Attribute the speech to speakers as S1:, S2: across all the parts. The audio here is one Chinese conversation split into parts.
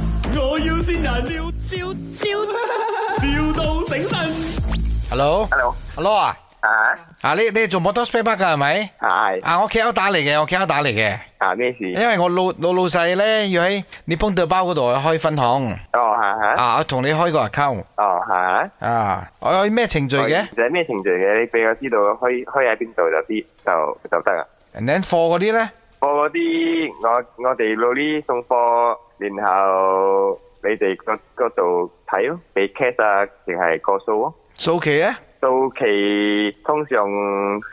S1: 要先人，笑笑笑，,笑到醒神。
S2: Hello，
S3: Hello，
S2: Hello 啊，
S3: 啊
S2: 啊你你做 motor spare part 噶係咪？
S3: 係
S2: 啊我 K L 打嚟嘅，我 K L 打嚟嘅，
S3: 啊咩事？
S2: 因為我老老老細咧要喺你邦德包嗰度開分行，
S3: 哦嚇嚇，
S2: 啊我同你開個 account，
S3: 哦嚇嚇。
S2: 啊我有咩程序嘅
S3: 就係咩程序嘅？你俾我知道開開喺邊度就知就就得啦。
S2: ？and then 貨嗰啲咧，
S3: 我嗰啲我我哋攞啲送貨，然後你哋嗰嗰度睇咯，俾 cash 啊，定係過數咯。
S2: 數期啊咧，
S3: 到期通常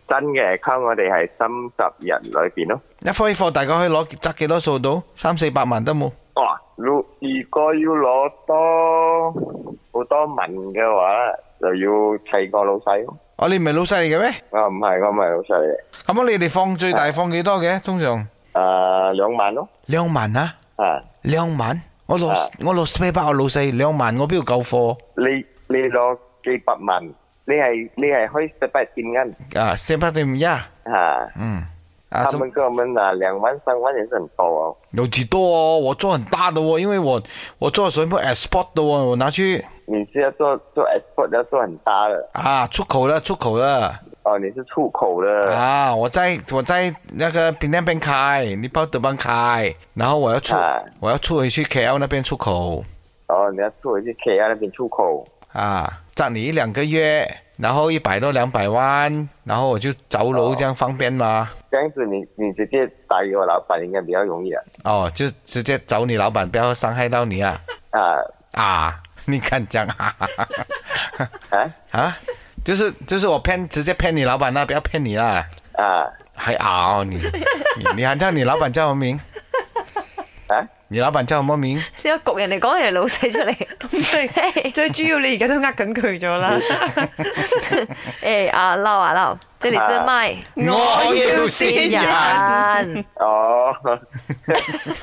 S3: 真嘅 account 我哋係三十日裏邊咯。
S2: 一批貨大概可以攞執幾多數到？三四百萬得冇？
S3: 哇！如如果要攞多好多文嘅話，就要砌個老細咯。
S2: 我哦你唔係老細嚟嘅咩？
S3: 啊我唔係，我唔係老細嚟嘅。
S2: 咁你哋放最大放幾多嘅？通常
S3: 诶，两万啊咯，
S2: 兩萬啊。
S3: 啊，
S2: 两萬，我攞
S3: 啊
S2: 我攞 spare 包，我老細兩萬，我邊度夠貨
S3: 你你攞幾百萬，你係你係開十八點銀
S2: 啊？四百定唔一？
S3: 啊，
S2: 嗯，啊，
S3: 他
S2: 什
S3: 們跟我們啊兩萬三萬也是很多哦，
S2: 有幾多哦？我做很大的哦，因為我我做水波 export 的哦，我拿去
S3: 你是要做做 export 要做很大的
S2: 啊出口了，出口了
S3: 哦，你是出口的，
S2: 啊！我在我在那個平甸邊開，你包德邦開，然後我要出
S3: 啊
S2: 我要出回去 KL 那邊出口
S3: 哦，你要出回去 KL 那邊出口，
S2: 啊，賺你一兩個月，然後一百到兩百萬，然後我就走樓，
S3: 哦
S2: 這樣方便嘛。
S3: 這樣子你你直接打給我老闆應該比較容易啊，
S2: 哦，就直接找你老板，不要伤害到你啊
S3: 啊
S2: 啊！ 你看这样啊
S3: 啊
S2: 啊，就是就是我骗，直接骗你老板啦、不要骗你啦，
S3: 啊
S2: 还熬、你，你你还叫你老板叫什么名？
S3: 啊，
S2: 你老板叫什么名？
S4: 你要焗人哋講人哋老細出嚟，
S5: 唔係最主要你而家都呃緊佢咗 啦。
S4: 誒阿撈啊撈，這裡是麥，
S2: 我要先
S4: 人，
S3: 哦，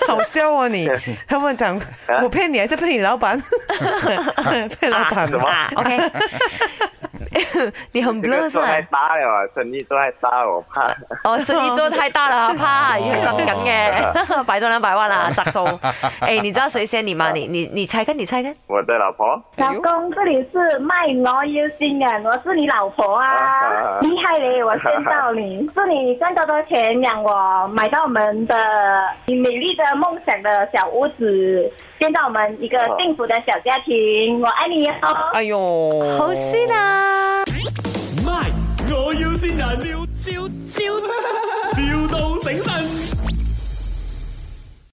S5: 好笑哦你！ 他们讲
S2: 啊
S5: 我骗你还是骗你老 板？骗老板
S3: 什么
S5: 嘛？
S4: OK，你 很
S3: 這個
S4: blur
S3: 做太
S4: 啊！
S3: 大了啊，生意做太大了，我怕，
S4: 哦，生意做太大了，怕也真緊嘅，百多兩百萬啊，砸數。誒，你知道誰先你嗎？你你你猜跟你猜跟，
S3: 我的老婆。
S5: 哎
S6: 老
S5: 呦
S6: 公，这里是卖我有心啊人，我是你老婆啊，厉害 嘞！我见到你，祝你赚多多钱，养我买到我们的你美丽的梦想的小屋子，建造我们一个幸福的小家庭，我爱你哦。
S5: 哎呦，
S4: 好 sweet 啊！
S1: My，我要先人，笑笑笑，,笑到醒神。